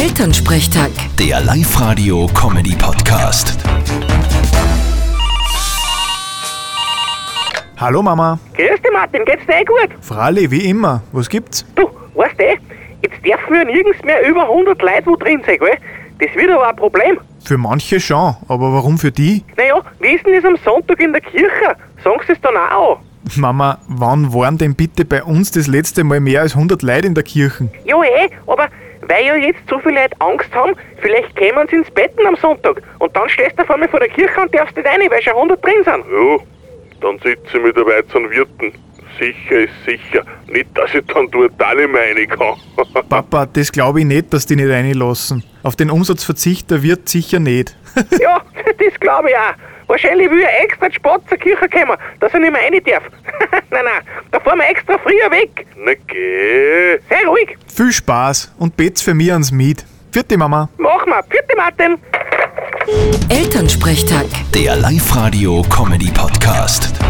Elternsprechtag. Der Live-Radio-Comedy-Podcast. Hallo Mama. Grüß dich, Martin, geht's dir eh gut? Fralli, wie immer. Was gibt's? Du, weißt eh, jetzt dürfen wir nirgends mehr über 100 Leute wo drin sein, gell? Das wird aber ein Problem. Für manche schon, aber warum für die? Naja, wie ist denn das am Sonntag in der Kirche? Sagen sie es dann auch an? Mama, wann waren denn bitte bei uns das letzte Mal mehr als 100 Leute in der Kirche? Ja, eh, aber weil ja jetzt so viele Leute Angst haben, vielleicht kämen sie ins Betten am Sonntag. Und dann stehst du auf einmal vor der Kirche und darfst nicht rein, weil schon 100 drin sind. Ja, dann sitze ich mit der Weizen Wirten. Sicher ist sicher. Nicht, dass ich dann dort alle meine kann. Papa, das glaube ich nicht, dass die nicht reinlassen. Auf den Umsatzverzicht der Wirt sicher nicht. Ja, das glaube ich auch. Wahrscheinlich will er extra zu spät zur Kirche kommen, dass er nicht mehr rein darf. nein, nein, da fahren wir extra früher weg. Na geh. Sei ruhig, Viel Spaß und bet's für mich ans Miet. Vierte Mama. mach mal. Vierte Martin. Elternsprechtag. Der Live-Radio-Comedy-Podcast.